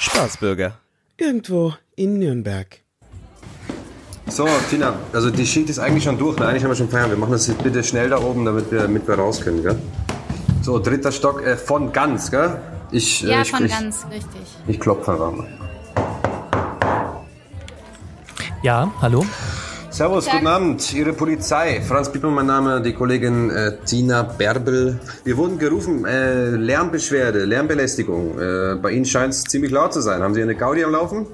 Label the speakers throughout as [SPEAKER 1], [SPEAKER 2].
[SPEAKER 1] Staatsbürger?
[SPEAKER 2] Irgendwo in Nürnberg.
[SPEAKER 3] So, Tina, also die Schicht ist eigentlich schon durch. Ne? Eigentlich haben wir schon Feierabend. Wir machen das jetzt bitte schnell da oben, damit wir, damit wir raus können, gell? So, dritter Stock äh, von ganz, gell? Ich, äh,
[SPEAKER 4] Ja,
[SPEAKER 3] ich,
[SPEAKER 4] von
[SPEAKER 3] ich,
[SPEAKER 4] ganz, richtig.
[SPEAKER 3] Ich klopfe einfach mal.
[SPEAKER 5] Ja, hallo?
[SPEAKER 3] Servus,
[SPEAKER 4] Tag.
[SPEAKER 3] guten Abend, Ihre Polizei. Franz Pippel, mein Name, die Kollegin äh, Tina Bärbel. Wir wurden gerufen, äh, Lärmbeschwerde, Lärmbelästigung. Äh, bei Ihnen scheint es ziemlich laut zu sein. Haben Sie eine Gaudi am Laufen?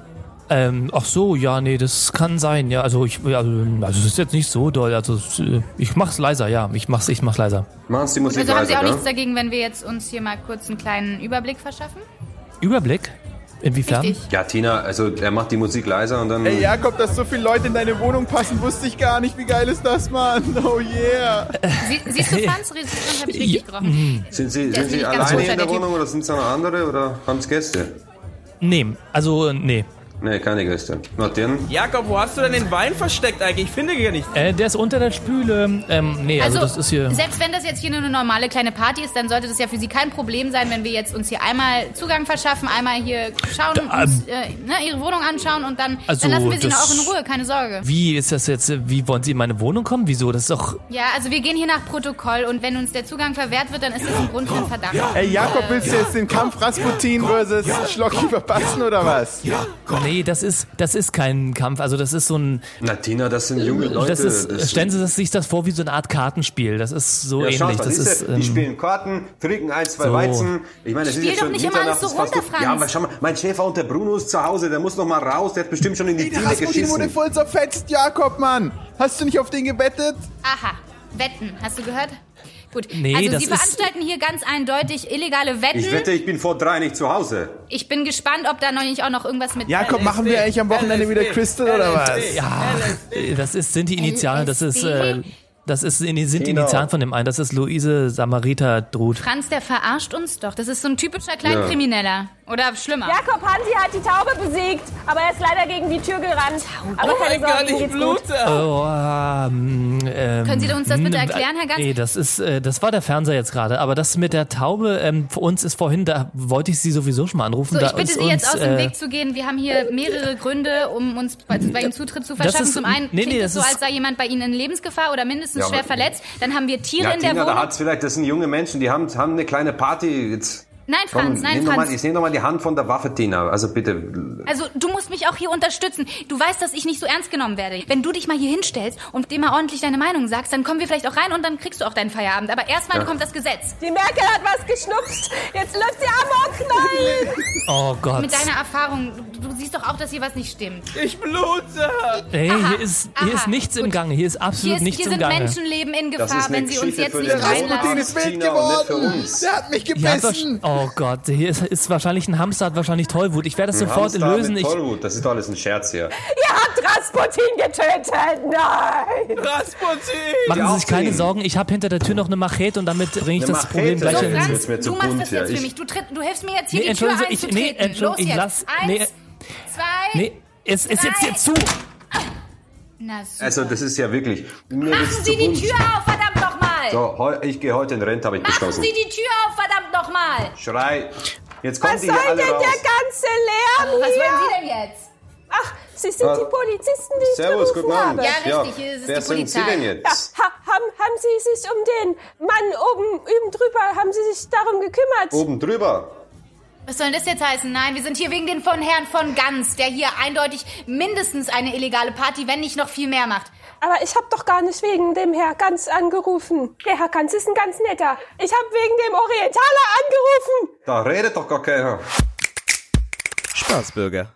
[SPEAKER 5] Ähm, ach so, ja, nee, das kann sein. Ja, also ich, also, also es ist jetzt nicht so doll. Also es, äh, ich mach's leiser, ja, ich mach's, ich mach's leiser.
[SPEAKER 3] Machen Sie die ne? Musik
[SPEAKER 4] Also haben Sie
[SPEAKER 3] leiser,
[SPEAKER 4] auch
[SPEAKER 3] gell?
[SPEAKER 4] nichts dagegen, wenn wir jetzt uns hier mal kurz einen kleinen Überblick verschaffen?
[SPEAKER 5] Überblick? Inwiefern?
[SPEAKER 4] Richtig.
[SPEAKER 3] Ja, Tina, also er macht die Musik leiser und dann...
[SPEAKER 6] Ey, Jakob, dass so viele Leute in deine Wohnung passen, wusste ich gar nicht. Wie geil ist das, Mann? Oh yeah.
[SPEAKER 4] Sie, siehst du, Franz, Resistance habe ich richtig
[SPEAKER 5] Mhm.
[SPEAKER 4] gerochen.
[SPEAKER 3] Sind Sie,
[SPEAKER 4] Der
[SPEAKER 3] sind
[SPEAKER 4] ist
[SPEAKER 3] Sie
[SPEAKER 4] nämlich
[SPEAKER 3] alleine
[SPEAKER 4] ganz guter,
[SPEAKER 3] in der
[SPEAKER 4] der Typ.
[SPEAKER 3] Wohnung oder sind es noch andere oder haben es Gäste?
[SPEAKER 5] Nee, also äh, nee.
[SPEAKER 3] Nee, keine Gäste. Na dann,
[SPEAKER 1] Jakob, wo hast du denn den Wein versteckt eigentlich? Ich finde hier nicht.
[SPEAKER 5] Äh, der ist unter der Spüle. Ähm, nee, also, das ist hier.
[SPEAKER 4] selbst wenn das jetzt hier nur eine normale kleine Party ist, dann sollte das ja für Sie kein Problem sein, wenn wir jetzt uns hier einmal Zugang verschaffen, einmal hier schauen,
[SPEAKER 5] Da, ähm,
[SPEAKER 4] uns, äh, ne, Ihre Wohnung anschauen und dann,
[SPEAKER 5] Also,
[SPEAKER 4] dann lassen wir Sie
[SPEAKER 5] das-
[SPEAKER 4] auch in Ruhe, keine Sorge.
[SPEAKER 5] Wie ist das jetzt? äh, Wie wollen Sie in meine Wohnung kommen? Wieso? Das ist doch.
[SPEAKER 4] Ja, also wir gehen hier nach Protokoll und wenn uns der Zugang verwehrt wird, dann ist das ein Grund für einen Verdacht.
[SPEAKER 6] Ey, Jakob, willst du jetzt den Kampf Rasputin versus Schlocki verpassen oder was?
[SPEAKER 5] Nee, das ist, das ist kein Kampf. Also das ist so ein.
[SPEAKER 3] na Tina, das sind junge Leute.
[SPEAKER 5] das ist, stellen Sie das- sich das vor wie so eine Art Kartenspiel. Das ist so
[SPEAKER 3] Ja, schaut
[SPEAKER 5] ähnlich.
[SPEAKER 3] mal,
[SPEAKER 5] Das
[SPEAKER 3] siehst
[SPEAKER 5] ist. ähm,
[SPEAKER 3] du, die spielen Karten, trinken ein, zwei
[SPEAKER 5] so.
[SPEAKER 3] Weizen. Ich meine, das ist
[SPEAKER 4] Spiel
[SPEAKER 3] jetzt
[SPEAKER 4] doch
[SPEAKER 3] schon
[SPEAKER 4] nicht immer
[SPEAKER 3] Mitternacht,
[SPEAKER 4] alles so
[SPEAKER 3] das passt
[SPEAKER 4] runter,
[SPEAKER 3] gut. Ja,
[SPEAKER 4] Franz.
[SPEAKER 3] aber schau mal, mein Schäfer und der Bruno ist zu Hause, der muss noch mal raus, der hat bestimmt schon in die
[SPEAKER 6] Ey, der
[SPEAKER 3] Diele
[SPEAKER 6] Rasputin wurde
[SPEAKER 3] geschissen.
[SPEAKER 6] voll zerfetzt, Jakob, Mann. Hast du nicht auf den gebettet?
[SPEAKER 4] Aha, Wetten, hast du gehört? Gut,
[SPEAKER 5] Nee,
[SPEAKER 4] also
[SPEAKER 5] das
[SPEAKER 4] Sie
[SPEAKER 5] ist-
[SPEAKER 4] veranstalten hier ganz eindeutig illegale Wetten.
[SPEAKER 3] Ich wette, ich bin vor drei nicht zu Hause.
[SPEAKER 4] Ich bin gespannt, ob da noch nicht auch noch irgendwas mit...
[SPEAKER 6] Jakob, machen wir eigentlich am Wochenende wieder Crystal oder was?
[SPEAKER 5] Ja, das ist, sind die Initialen. Das ist. Äh, das ist, sind die sind die
[SPEAKER 3] Genau.
[SPEAKER 5] Initialen von dem einen. Das ist Luise Samariter Droth.
[SPEAKER 4] Franz, der verarscht uns doch. Das ist so ein typischer Kleinkrimineller. Oder schlimmer.
[SPEAKER 7] Jakob Hansi hat die Taube besiegt, aber er ist leider gegen die Tür gerannt. Aber
[SPEAKER 1] Oh mein
[SPEAKER 7] keine Sorge,
[SPEAKER 1] Gott,
[SPEAKER 7] ihm
[SPEAKER 1] ich
[SPEAKER 7] geht's gut.
[SPEAKER 1] blute.
[SPEAKER 5] Oh, ähm, ähm,
[SPEAKER 4] Können Sie uns das bitte
[SPEAKER 5] mh,
[SPEAKER 4] erklären, Herr Ganz?
[SPEAKER 5] Nee, das ist, äh, das war der Fernseher jetzt gerade. Aber das mit der Taube, ähm, für uns ist vorhin, da wollte ich Sie sowieso schon mal anrufen.
[SPEAKER 4] So,
[SPEAKER 5] da
[SPEAKER 4] ich bitte
[SPEAKER 5] uns,
[SPEAKER 4] Sie jetzt
[SPEAKER 5] uns,
[SPEAKER 4] aus dem
[SPEAKER 5] äh,
[SPEAKER 4] Weg zu gehen. Wir haben hier mehrere Gründe, um uns bei, bei ihm Zutritt zu verschaffen.
[SPEAKER 5] ist-
[SPEAKER 4] Zum einen
[SPEAKER 5] nee, nee,
[SPEAKER 4] klingt es so,
[SPEAKER 5] das ist-
[SPEAKER 4] als sei jemand bei Ihnen in Lebensgefahr oder mindestens
[SPEAKER 3] Ja,
[SPEAKER 4] schwer
[SPEAKER 3] aber-
[SPEAKER 4] verletzt. Dann haben wir Tiere
[SPEAKER 3] Ja,
[SPEAKER 4] in der
[SPEAKER 3] Tina, da
[SPEAKER 4] Wohnung.
[SPEAKER 3] hat's vielleicht, das sind junge Menschen, die haben, haben eine kleine Party. Jetzt,
[SPEAKER 4] Nein, Franz, nein,
[SPEAKER 3] nimm doch
[SPEAKER 4] Franz.
[SPEAKER 3] Mal, ich nehme nochmal die Hand von der Waffe, Tina. Also bitte.
[SPEAKER 4] Also, du musst mich auch hier unterstützen. Du weißt, dass ich nicht so ernst genommen werde. Wenn du dich mal hier hinstellst und dem mal ordentlich deine Meinung sagst, dann kommen wir vielleicht auch rein und dann kriegst du auch deinen Feierabend. Aber erstmal kommt das Gesetz.
[SPEAKER 7] Die Merkel hat was geschnupft. Jetzt läuft sie Amok. Nein!
[SPEAKER 5] Oh Gott.
[SPEAKER 4] Mit deiner Erfahrung, du, du siehst doch auch, dass hier was nicht stimmt.
[SPEAKER 1] Ich blute.
[SPEAKER 5] Hey,
[SPEAKER 4] Aha,
[SPEAKER 5] hier ist, hier
[SPEAKER 4] aha,
[SPEAKER 5] ist nichts im
[SPEAKER 4] gut.
[SPEAKER 5] Gange. Hier ist absolut
[SPEAKER 4] Hier, ist,
[SPEAKER 5] nichts
[SPEAKER 4] hier
[SPEAKER 5] im
[SPEAKER 4] sind
[SPEAKER 5] Gange.
[SPEAKER 4] Menschenleben in Gefahr, wenn sie uns jetzt nicht
[SPEAKER 6] Der Rasputin
[SPEAKER 4] reinlassen.
[SPEAKER 6] ist wild
[SPEAKER 3] Tina und nicht für
[SPEAKER 6] geworden.
[SPEAKER 3] uns.
[SPEAKER 6] Der hat mich
[SPEAKER 5] Hier hat was,
[SPEAKER 6] gebissen.
[SPEAKER 5] oh Gott, hier ist, ist wahrscheinlich ein Hamster, hat wahrscheinlich Tollwut. Ich werde das sofort
[SPEAKER 3] Hamster
[SPEAKER 5] lösen.
[SPEAKER 3] mit
[SPEAKER 5] Ich,
[SPEAKER 3] Tollwut, das ist doch alles ein Scherz hier.
[SPEAKER 7] Ihr habt Rasputin getötet. Nein!
[SPEAKER 1] Rasputin.
[SPEAKER 5] machen Sie sich keine
[SPEAKER 3] aufsehen.
[SPEAKER 5] Sorgen. Ich habe hinter der Tür noch eine Machete und damit bringe ich
[SPEAKER 3] Eine
[SPEAKER 5] das
[SPEAKER 3] Machete?
[SPEAKER 5] Problem
[SPEAKER 4] So,
[SPEAKER 5] gleich
[SPEAKER 3] Leute,
[SPEAKER 5] in
[SPEAKER 3] das
[SPEAKER 5] den
[SPEAKER 3] ist jetzt
[SPEAKER 4] Franz,
[SPEAKER 3] mir zu
[SPEAKER 4] du machst
[SPEAKER 3] bunt
[SPEAKER 4] das
[SPEAKER 3] hier.
[SPEAKER 4] jetzt für
[SPEAKER 3] Ich-
[SPEAKER 4] mich. Du, tritt, du hilfst mir jetzt hier
[SPEAKER 5] Nee,
[SPEAKER 4] die Tür
[SPEAKER 5] Entschuldigung, ich- nee,
[SPEAKER 4] einzutreten. Los
[SPEAKER 5] Entschuldigung,
[SPEAKER 4] jetzt.
[SPEAKER 5] ich lass-
[SPEAKER 4] Eins,
[SPEAKER 5] nee.
[SPEAKER 4] zwei.
[SPEAKER 5] Nee, es ist jetzt hier zu.
[SPEAKER 4] Na super.
[SPEAKER 3] Also das ist ja wirklich. Mir wird's
[SPEAKER 4] Machen
[SPEAKER 3] zu
[SPEAKER 4] Sie die
[SPEAKER 3] bunt.
[SPEAKER 4] Tür auf, verdammt nochmal!
[SPEAKER 3] So, heu, ich gehe heute in Rente, habe ich
[SPEAKER 4] Machen
[SPEAKER 3] beschlossen.
[SPEAKER 4] Sie die Tür auf, verdammt nochmal!
[SPEAKER 3] Schrei. Jetzt kommen
[SPEAKER 7] Was
[SPEAKER 3] die
[SPEAKER 7] soll
[SPEAKER 3] hier alle
[SPEAKER 7] denn der
[SPEAKER 3] raus.
[SPEAKER 7] ganze Lärm
[SPEAKER 4] Was
[SPEAKER 7] hier?
[SPEAKER 4] wollen Sie denn jetzt?
[SPEAKER 7] Ach, Sie sind
[SPEAKER 3] Ah.
[SPEAKER 7] die Polizisten, die ich
[SPEAKER 3] Servus,
[SPEAKER 7] gerufen
[SPEAKER 3] guten Abend.
[SPEAKER 7] habe.
[SPEAKER 4] Ja, richtig, hier ist
[SPEAKER 3] wer
[SPEAKER 4] die
[SPEAKER 3] sind Sie
[SPEAKER 4] Polizei.
[SPEAKER 3] denn jetzt?
[SPEAKER 7] Ha, haben, haben Sie sich um den Mann oben, oben drüber, haben Sie sich darum gekümmert?
[SPEAKER 3] Oben drüber.
[SPEAKER 4] Was soll denn das jetzt heißen? Nein, wir sind hier wegen den von Herrn von Ganz, der hier eindeutig mindestens eine illegale Party, wenn nicht noch viel mehr macht.
[SPEAKER 7] Aber ich habe doch gar nicht wegen dem Herr Ganz angerufen. Der Herr Ganz ist ein ganz netter. Ich habe wegen dem Orientaler angerufen.
[SPEAKER 3] Da redet doch gar keiner.
[SPEAKER 1] Staatsbürger.